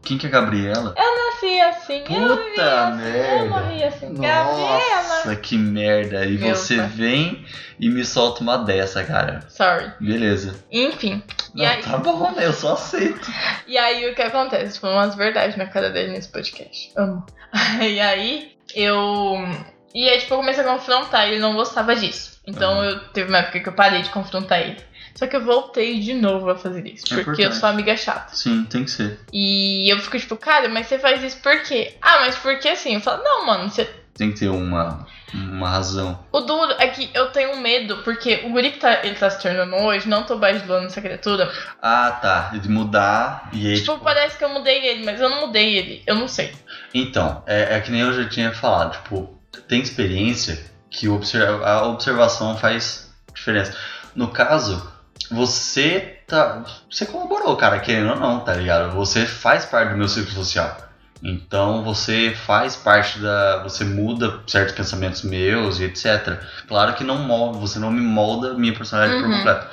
S1: Quem que é a Gabriela?
S2: Nasci assim, eu vivi
S1: Puta
S2: assim, eu
S1: merda!
S2: morri assim, Gabriela.
S1: Nossa, que merda! E
S2: Meu
S1: você
S2: pai.
S1: vem e me solta uma dessa, cara.
S2: Sorry.
S1: Beleza.
S2: Enfim. E
S1: Não,
S2: aí-
S1: tá bom, né? Eu só aceito.
S2: E aí o que acontece? Foi umas verdades na cara dele nesse podcast. Amo. E aí eu. E aí, tipo, eu comecei a confrontar e ele não gostava disso. Então
S1: Aham.
S2: eu teve uma época que eu parei de confrontar ele. Só que eu voltei de novo a fazer isso.
S1: É
S2: porque eu
S1: importante.
S2: sou amiga chata.
S1: Sim, tem que ser.
S2: E eu fico tipo, cara, mas você faz isso por quê? Ah, mas por que assim? Eu falo, não, mano, você
S1: Tem que ter uma, uma razão.
S2: O duro é que eu tenho medo, porque o guri que tá, ele tá se tornando hoje, não tô bajulando essa criatura.
S1: Ah, tá. De mudar e aí.
S2: Tipo,
S1: tipo,
S2: parece que eu mudei ele, mas eu não mudei ele. Eu não sei.
S1: Então, é, é que nem eu já tinha falado, tipo, tem experiência que obser- a observação faz diferença. No caso, você tá. Você colaborou, cara, querendo ou não, tá ligado? Você faz parte do meu círculo social. Então você faz parte da. Você muda certos pensamentos meus e etc. Claro que não molda, você não me molda a minha personalidade por
S2: Uhum.
S1: completo.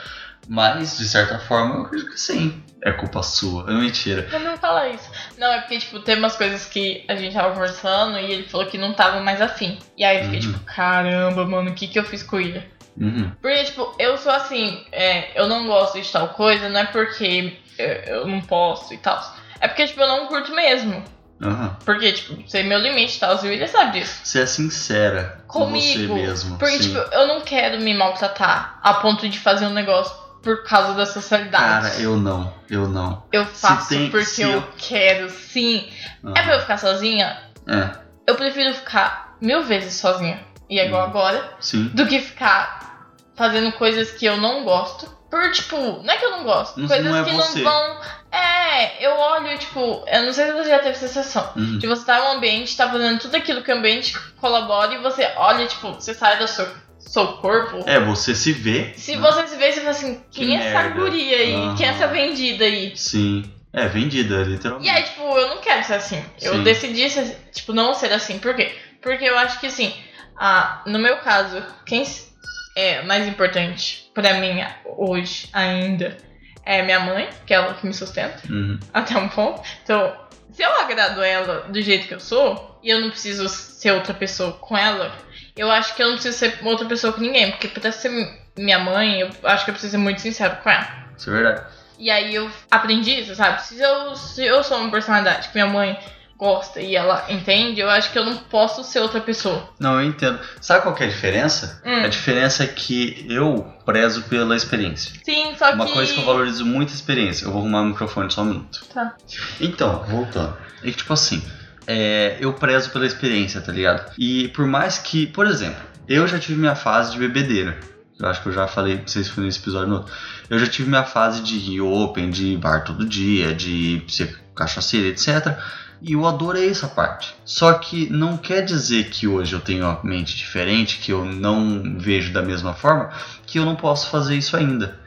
S1: Mas, de certa forma, eu acredito que sim. É culpa sua. É mentira.
S2: Mas não fala isso. Não, é porque, tipo, tem umas coisas que a gente tava conversando e ele falou que não tava mais afim. E aí eu fiquei,
S1: Uhum.
S2: tipo, caramba, mano, o que que eu fiz com ele?
S1: Uhum.
S2: Porque, tipo, eu sou assim, é, eu não gosto de tal coisa, não é porque é, eu não posso e tal. É porque, tipo, eu não curto mesmo.
S1: Aham.
S2: Porque, tipo, sei meu limite e tal. E o William sabe disso.
S1: Você é sincera com você
S2: Comigo,
S1: mesmo.
S2: Porque,
S1: sim.
S2: tipo, eu não quero me maltratar a ponto de fazer um negócio por causa da socialidade.
S1: Cara, eu não. Eu não.
S2: Eu faço
S1: tem-
S2: porque
S1: se
S2: eu,
S1: eu-
S2: quero, sim.
S1: Aham.
S2: É pra eu ficar sozinha?
S1: Ah. É,
S2: Eu prefiro ficar mil vezes sozinha, e é igual
S1: Hum.
S2: agora,
S1: sim.
S2: do que ficar fazendo coisas que eu não gosto. Por, tipo, não é que eu não gosto,
S1: Não-
S2: coisas
S1: não é
S2: que
S1: você.
S2: não vão. É, eu olho, tipo, eu não sei se você já teve sensação.
S1: Uhum.
S2: De você estar em um ambiente, tá fazendo tudo aquilo que o ambiente colabora e você olha, tipo, você sai do seu, seu corpo.
S1: É, você se vê.
S2: Se
S1: né?
S2: você se vê, você fala assim, quem
S1: Que
S2: é essa
S1: merda.
S2: guria aí?
S1: Aham.
S2: Quem é essa vendida aí?
S1: Sim. É, vendida,
S2: E
S1: literalmente.
S2: aí, tipo, eu não quero ser assim. Eu
S1: Sim.
S2: decidi, ser, tipo, não ser assim. Por quê? Porque eu acho que, assim, ah, no meu caso, quem s- é mais importante pra mim hoje ainda é minha mãe, que é ela que me sustenta
S1: Uhum.
S2: até um ponto. Então, se eu agrado ela do jeito que eu sou, e eu não preciso ser outra pessoa com ela, eu acho que eu não preciso ser outra pessoa com ninguém, porque pra ser minha mãe, eu acho que eu preciso ser muito sincero com ela.
S1: Isso é verdade.
S2: E aí eu aprendi isso, sabe? Se eu, se eu sou uma personalidade que minha mãe gosta e ela entende, eu acho que eu não posso ser outra pessoa.
S1: Não, eu entendo. Sabe qual que é a diferença?
S2: Hum,
S1: A diferença é que eu prezo pela experiência.
S2: sim, só
S1: Uma
S2: que.
S1: coisa que eu valorizo muito é a experiência. Eu vou arrumar o microfone só um minuto.
S2: Tá.
S1: Então, voltando. É que, tipo assim, é, eu prezo pela experiência, tá ligado? E por mais que, por exemplo, eu já tive minha fase de bebedeira. Eu acho que eu já falei pra vocês foi nesse episódio no outro. Eu já tive minha fase de ir open, de ir bar todo dia, de ser cachaceira, etc. E eu adorei essa parte. Só que não quer dizer que hoje eu tenho uma mente diferente, que eu não vejo da mesma forma, que eu não posso fazer isso ainda.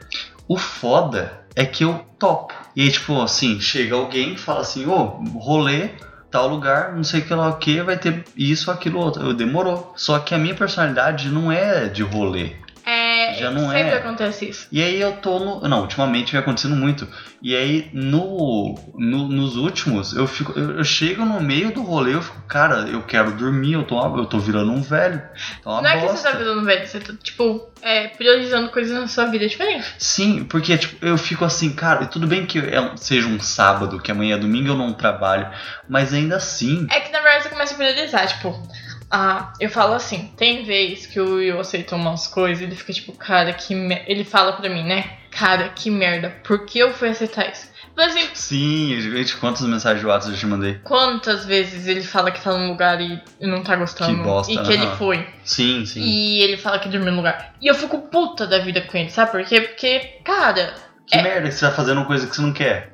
S1: O foda é que eu topo. E aí, tipo, assim, chega alguém e fala assim, ô, rolê, tal lugar, não sei o que lá o que, vai ter isso, aquilo, outro. Eu demorou. Só que a minha personalidade não é de rolê.
S2: É,
S1: Já não
S2: sempre
S1: é.
S2: acontece isso.
S1: E aí eu tô no. Não, ultimamente vem acontecendo muito. E aí, no, no- nos últimos, eu fico. Eu, eu chego no meio do rolê, eu fico, cara, eu quero dormir, eu tô, uma- eu tô virando um velho. Tá uma
S2: não é que você
S1: bosta.
S2: tá virando velho, você tá, tipo, é, priorizando coisas na sua vida diferente.
S1: Sim, porque tipo, eu fico assim, cara, e tudo bem que é um- seja um sábado, que amanhã é domingo eu não trabalho, mas ainda assim.
S2: É que na verdade você começa a priorizar, tipo, ah, eu falo assim, tem vez que o Will aceitou umas coisas e ele fica tipo, cara, que mer... ele fala pra mim, né? Cara, que merda, por que eu fui aceitar isso? Mas assim,
S1: Sim, gente, quantas mensagens de WhatsApp eu te mandei?
S2: quantas vezes ele fala que tá num lugar e e não tá gostando?
S1: Que bosta,
S2: e que ele
S1: aham.
S2: foi.
S1: Sim, sim.
S2: E ele fala que dormiu no lugar. E eu fico puta da vida com ele, sabe por quê? Porque, cara,
S1: Que
S2: é-
S1: merda que você tá fazendo uma coisa que você não quer.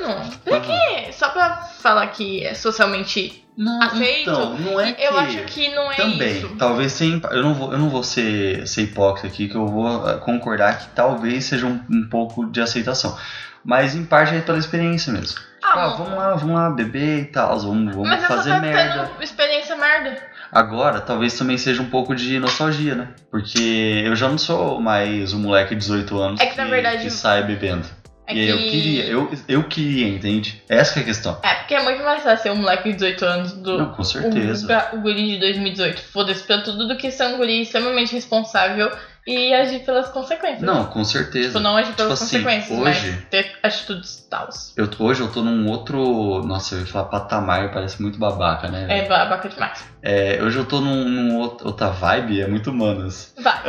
S2: mano, pra
S1: Aham.
S2: quê? Só pra falar que é socialmente.
S1: Não,
S2: Aceito.
S1: então, não é que...
S2: eu acho que não é
S1: Também,
S2: isso.
S1: talvez sem. Eu não vou, eu não vou ser, ser hipócrita aqui, que eu vou ah, concordar que talvez seja um, um pouco de aceitação. Mas em parte é pela experiência mesmo.
S2: Ah,
S1: Ah,
S2: mano,
S1: vamos lá, vamos lá beber e tal, vamos, vamos
S2: mas eu só
S1: fazer
S2: tá
S1: merda.
S2: tendo experiência merda.
S1: Agora, talvez também seja um pouco de nostalgia, né? Porque eu já não sou mais um moleque de 18 anos
S2: É que, na verdade,
S1: que sai bebendo.
S2: É
S1: e aí eu
S2: que-
S1: queria, eu, eu queria, entende? Essa que é a questão.
S2: É, porque é muito mais fácil ser um moleque de 18 anos do.
S1: Não, com certeza.
S2: O, ga- o guri de 2018. Foda-se pra tudo do que ser um guri extremamente responsável e agir pelas consequências.
S1: Não, com certeza.
S2: Tipo, não agir pelas
S1: Tipo assim,
S2: consequências,
S1: hoje-
S2: mas ter atitudes tals.
S1: Eu, tô- hoje eu tô num outro. Nossa, eu ia falar patamar, parece muito babaca, né?
S2: É babaca demais.
S1: É, hoje eu tô num, num outro- outra vibe, é muito humanas.
S2: Vai,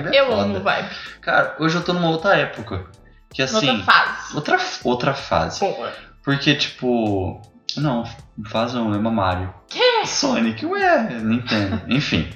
S1: Vibe é
S2: eu
S1: foda.
S2: amo vibe.
S1: Cara, hoje eu tô numa outra época. Que assim.
S2: Outra fase.
S1: Outra, outra fase.
S2: Boa.
S1: Porque, tipo. Não, faz não, lembra Mario. Que? Sonic, ué, Nintendo. Enfim.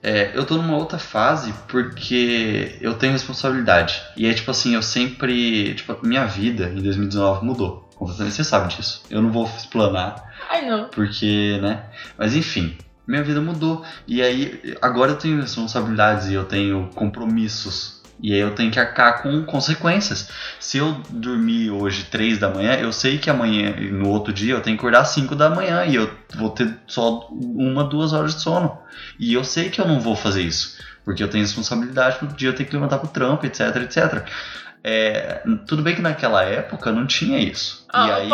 S1: É, eu tô numa outra fase porque eu tenho responsabilidade. E é tipo assim, eu sempre. Tipo, minha vida em 2019 mudou. Completamente. Você sabe disso. Eu não vou explanar,
S2: Ai não.
S1: porque, né? Mas enfim, minha vida mudou. E aí, agora eu tenho responsabilidades e eu tenho compromissos. E aí eu tenho que arcar com consequências. Se eu dormir hoje 3 da manhã, eu sei que amanhã, no outro dia, eu tenho que acordar 5 da manhã e eu vou ter só uma, duas horas de sono. E eu sei que eu não vou fazer isso, porque eu tenho responsabilidade no dia, eu tenho que levantar pro trampo, etc, etc. É, tudo bem que naquela época não tinha isso.
S2: Ó,
S1: e
S2: Ah, eu
S1: aí.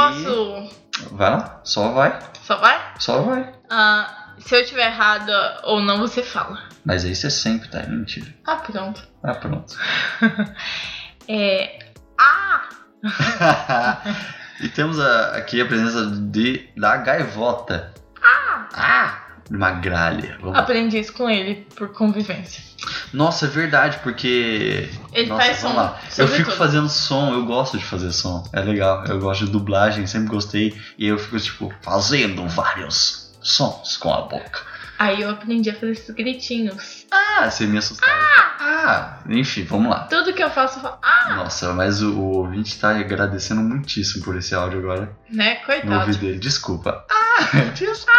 S2: posso.
S1: Vai lá, só vai,
S2: Só vai?
S1: só vai.
S2: Ah, se eu tiver errada ou não, você fala.
S1: Mas aí você sempre tá aí, mentira.
S2: Ah, pronto.
S1: Ah, pronto.
S2: É. Ah!
S1: e temos a- aqui a presença de, da gaivota. Ah! Uma gralha. Vamos-
S2: Aprendi isso com ele por convivência.
S1: Nossa, é verdade, porque.
S2: Ele
S1: Nossa,
S2: faz som.
S1: vamos lá. Eu
S2: sobre
S1: fico
S2: tudo.
S1: fazendo som, eu gosto de fazer som. É legal. Eu gosto de dublagem, sempre gostei. E eu fico, tipo, fazendo vários sons com a boca.
S2: Aí eu aprendi a fazer esses gritinhos.
S1: Ah, você me assustava. Ah! Enfim, vamos lá.
S2: Tudo que eu faço, eu falo, ah,
S1: Nossa, mas o, o ouvinte tá agradecendo muitíssimo por esse áudio agora.
S2: né?
S1: No
S2: Coitado.
S1: ouvido dele, desculpa. Ah, desculpa.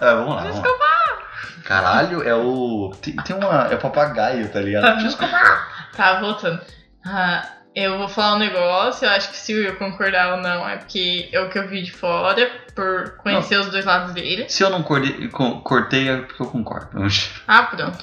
S1: Ah, vamos lá, vamos lá. Caralho, é o. Tem, tem uma. É o papagaio, tá ligado? Desculpa.
S2: Tá, voltando. Ah, eu vou falar um negócio, eu acho que se o Will concordar ou não, é porque é o que eu vi de fora, por conhecer os dois lados dele.
S1: Se eu não cortei, co- cortei é porque eu concordo. Vamos-
S2: Ah, pronto.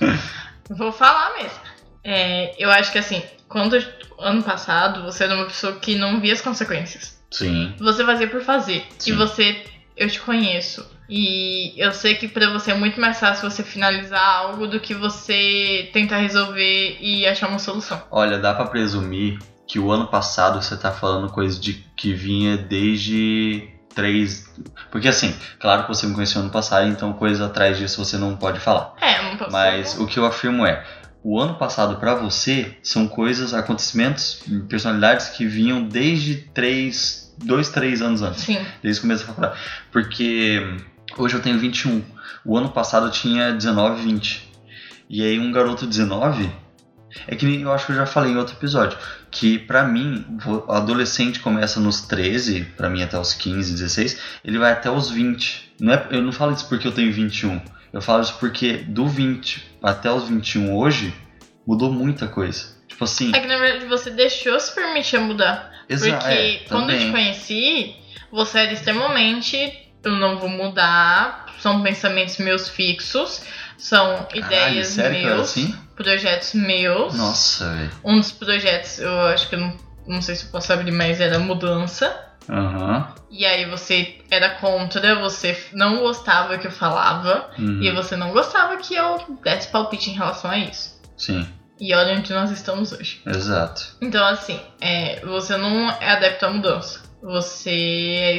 S2: Vou falar mesmo. É, eu acho que assim, quando ano passado você era uma pessoa que não via as consequências.
S1: Sim.
S2: Você fazia por fazer.
S1: Sim.
S2: E você, eu te conheço. E eu sei que pra você é muito mais fácil você finalizar algo do que você tentar resolver e achar uma solução.
S1: Olha, dá pra presumir que o ano passado você tá falando coisa de que vinha desde três. Porque assim, claro que você me conheceu ano passado, então coisa atrás disso você não pode falar.
S2: É, eu não posso.
S1: Mas o que eu afirmo é, o ano passado pra você são coisas, acontecimentos, personalidades que vinham desde três, dois, três anos antes,
S2: Sim.
S1: desde o começo da faculdade. Porque hoje eu tenho 21, o ano passado eu tinha 19, 20. E aí um garoto 19 é que nem eu acho que eu já falei em outro episódio, que pra mim, o adolescente começa nos 13, pra mim até os 15, 16, ele vai até os 20. Não é, eu não falo isso porque eu tenho 21. Eu falo isso porque do 20 até os 21 hoje mudou muita coisa. Tipo assim,
S2: É que na verdade você deixou se permitir mudar.
S1: exa-
S2: Porque
S1: é,
S2: quando eu te
S1: também.
S2: conheci, você era extremamente. Eu não vou mudar. São pensamentos meus fixos. São
S1: Caralho,
S2: ideias
S1: sério que eu era
S2: meus.
S1: assim?
S2: Projetos meus.
S1: Nossa, velho.
S2: Um dos projetos, eu acho que eu não, não sei se eu posso abrir, mas era mudança.
S1: Aham.
S2: E aí você era contra, você não gostava que eu falava.
S1: Uhum.
S2: E você não gostava que eu desse palpite em relação a isso.
S1: Sim,
S2: E olha onde nós estamos hoje.
S1: exato.
S2: Então, assim, é, você não é adepto à mudança. Você é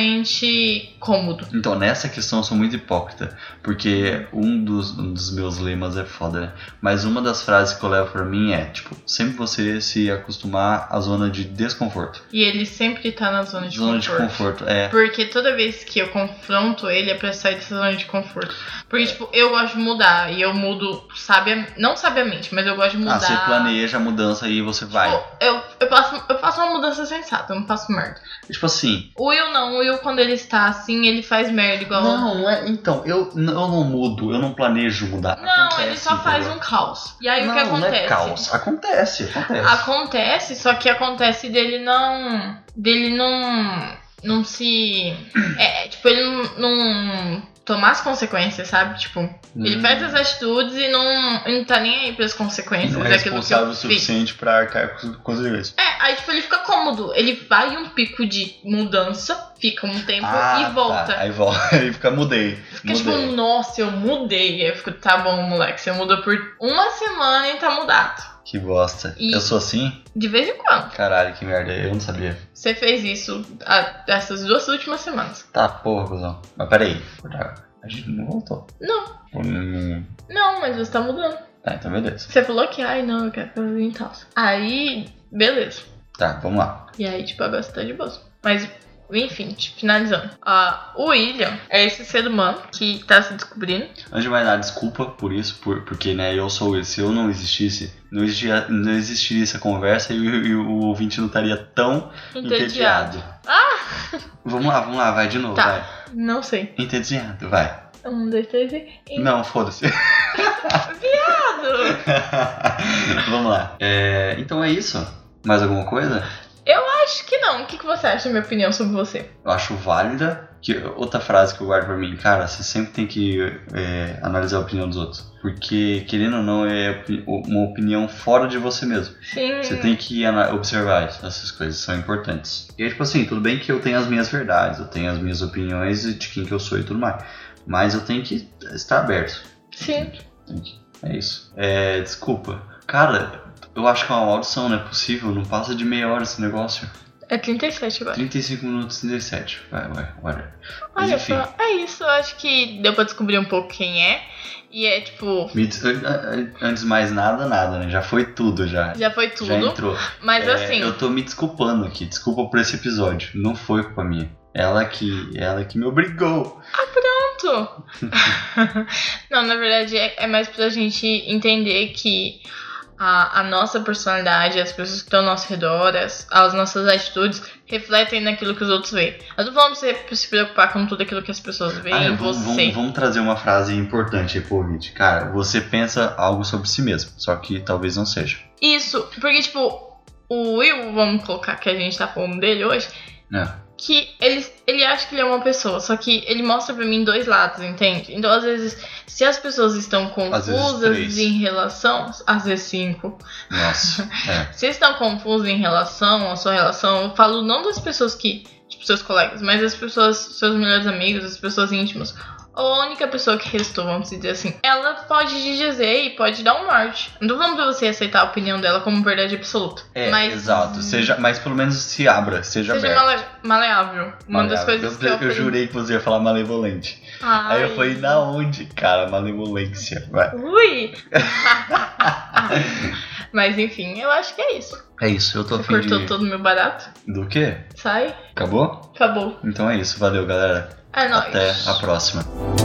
S2: extremamente cômodo.
S1: Então, nessa questão eu sou muito hipócrita, porque um dos, um dos meus lemas é foda, né? Mas uma das frases que eu levo pra mim é, tipo, sempre você se acostumar à zona de desconforto.
S2: E ele sempre tá na zona de,
S1: zona
S2: conforto.
S1: de conforto, é.
S2: Porque toda vez que eu confronto ele é pra sair dessa zona de conforto. Porque, tipo, eu gosto de mudar. E eu mudo, sabia, não sabiamente, mas eu gosto de mudar.
S1: Ah, você planeja a mudança e você vai.
S2: Tipo, eu, eu, faço, eu faço uma mudança sensata, eu não faço merda.
S1: Tipo assim.
S2: O Will não, o Will quando ele está assim, ele faz merda igual.
S1: Não, é. Então, eu, n- eu não mudo, eu não planejo mudar.
S2: Não,
S1: Acontece,
S2: ele só faz
S1: entendeu?
S2: um caos. E aí
S1: não,
S2: o que acontece?
S1: Não é caos. Acontece, acontece.
S2: Acontece, só que acontece dele não. dele não. não se. É, tipo, ele não, não tomar as consequências, sabe? Tipo, ele
S1: Hum,
S2: faz as atitudes e não, e não tá nem aí pras consequências
S1: Não é
S2: daquilo que
S1: responsável
S2: eu
S1: o
S2: fiz.
S1: suficiente pra arcar com as consequências.
S2: É, aí tipo, ele fica cômodo. Ele vai em um pico de mudança, fica um tempo
S1: Ah,
S2: e volta.
S1: Tá. Aí volta, aí fica mudei.
S2: Fica tipo,
S1: mudei.
S2: nossa, eu mudei. Aí eu fico, tá bom, moleque, você mudou por uma semana e tá mudado.
S1: Que bosta.
S2: E-
S1: Eu sou assim?
S2: De vez em quando.
S1: Caralho, que merda. Eu não sabia.
S2: Você fez isso a, essas duas últimas semanas.
S1: Tá, porra, cuzão. Mas peraí. A gente não voltou.
S2: Não.
S1: Ou não-
S2: Não, mas você tá mudando.
S1: Tá, então beleza.
S2: Você falou que, ai não, eu quero fazer em tal. Aí, beleza.
S1: Tá, vamos lá.
S2: E aí, tipo, a Bessa tá de boa. Mas, enfim, tipo, finalizando. Ah, o William é esse ser humano que tá se descobrindo.
S1: Antes de mais nada, desculpa por isso, por, porque né, eu sou esse. Se eu não existisse, não existiria, não existiria essa conversa e, o- e o ouvinte não estaria tão
S2: Entediado.
S1: entediado. Ah! Vamos lá, vamos lá, vai de novo,
S2: Tá.
S1: vai.
S2: Não sei.
S1: Entediado, vai.
S2: Um, dois, três e.
S1: Não, foda-se.
S2: Obrigado!
S1: Vamos lá. É, então é isso. Mais alguma coisa?
S2: Acho que não. O que, que você acha da minha opinião sobre você?
S1: Eu acho válida. Que, outra frase que eu guardo pra mim, cara, você sempre tem que é, analisar a opinião dos outros. Porque, querendo ou não, é opi- uma opinião fora de você mesmo.
S2: Sim.
S1: Você tem que ana- observar isso, essas coisas, são importantes. E aí, tipo assim, tudo bem que eu tenho as minhas verdades, eu tenho as minhas opiniões de quem que eu sou e tudo mais. Mas eu tenho que estar aberto.
S2: Sim.
S1: Tem que- É isso. É, desculpa. Cara, eu acho que é uma maldição, não é possível. Não passa de meia hora esse negócio.
S2: É 37 agora.
S1: 35 minutos e 17. Vai, vai, olha. Mas
S2: Olha
S1: enfim.
S2: só, é isso. Eu acho que deu pra descobrir um pouco quem é. E é tipo,
S1: Me des- an- an- Antes de mais nada, nada, né? Já foi tudo, já.
S2: já foi
S1: Já
S2: tudo.
S1: entrou.
S2: Mas
S1: É,
S2: assim,
S1: Eu tô me desculpando aqui. Desculpa por esse episódio. Não foi culpa minha. Ela que, ela que me obrigou.
S2: pronto. Não, na verdade é, é mais pra gente entender que a, a nossa personalidade, as pessoas que estão ao nosso redor, as, as nossas atitudes refletem naquilo que os outros veem. Mas não vamos se, se preocupar com tudo aquilo que as pessoas veem
S1: Ah,
S2: em
S1: vamos,
S2: você.
S1: vamos- vamos trazer uma frase importante aí pro ouvinte. Cara, você pensa algo sobre si mesmo, só que talvez não seja.
S2: Isso, porque, tipo, o Will, vamos colocar que a gente tá falando dele hoje,
S1: É.
S2: que ele, ele acha que ele é uma pessoa, só que ele mostra pra mim dois lados, entende? Então, às vezes, se as pessoas estão
S1: Às vezes três.
S2: confusas em relação. Às vezes cinco.
S1: Nossa. é.
S2: Se estão confusas em relação à sua relação, eu falo não das pessoas que. Tipo, seus colegas, mas as pessoas, seus melhores amigos, as pessoas íntimas. A única pessoa que restou, vamos dizer assim, ela pode te dizer e pode dar um norte. Não tô falando pra você aceitar a opinião dela como verdade absoluta.
S1: É,
S2: mas
S1: exato. Seja, mas pelo menos se abra, seja,
S2: Seja
S1: aberto.
S2: male- maleável. Uma das
S1: é. Maleável.
S2: coisas que
S1: eu,
S2: eu,
S1: eu jurei que você ia falar malevolente. Aí eu falei,
S2: não
S1: da onde, cara? Malevolência. Vai.
S2: Ui! Mas enfim, eu acho que é isso.
S1: É isso, eu tô
S2: Você
S1: afim
S2: cortou
S1: de...
S2: todo o meu barato.
S1: Do quê?
S2: Sai,
S1: Acabou?
S2: acabou.
S1: Então é isso, valeu galera.
S2: É nóis.
S1: Até a próxima.